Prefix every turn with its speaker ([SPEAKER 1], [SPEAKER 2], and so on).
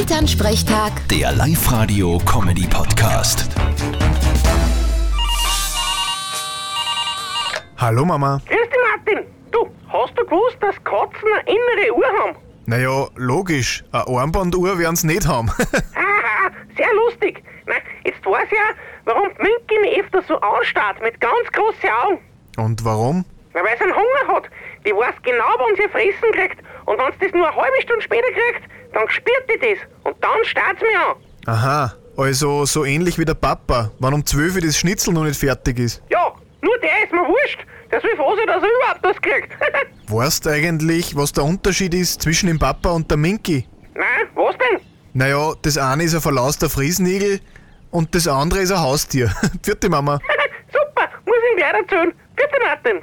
[SPEAKER 1] Elternsprechtag,
[SPEAKER 2] Der Live-Radio-Comedy-Podcast.
[SPEAKER 3] Hallo Mama.
[SPEAKER 4] Grüß dich, Martin. Du, hast du gewusst, dass Katzen eine innere Uhr haben?
[SPEAKER 3] Naja, logisch, eine Armbanduhr werden sie nicht haben.
[SPEAKER 4] Haha, sehr lustig. Na, jetzt weiß ich ja, warum die Minky mich öfter so anstarrt, mit ganz großen Augen.
[SPEAKER 3] Und warum?
[SPEAKER 4] Na, weil sie einen Hunger hat. Die weiß genau, wann sie fressen kriegt. Und wenn sie das nur eine halbe Stunde später kriegt, dann spürt die das. Und dann starrt sie mich an.
[SPEAKER 3] Aha, also so ähnlich wie der Papa, wenn um 12 Uhr das Schnitzel noch nicht fertig ist.
[SPEAKER 4] Ja, nur der ist mir wurscht. Der soll froh sein, dass er überhaupt was kriegt.
[SPEAKER 3] Weißt eigentlich, was der Unterschied ist zwischen dem Papa und der Minky?
[SPEAKER 4] Nein, was denn?
[SPEAKER 3] Naja, das eine ist ein verlauster Friesnigel und das andere ist ein Haustier. Vierte Mama.
[SPEAKER 4] Super, muss ich ihm gleich erzählen. Bitte, Martin.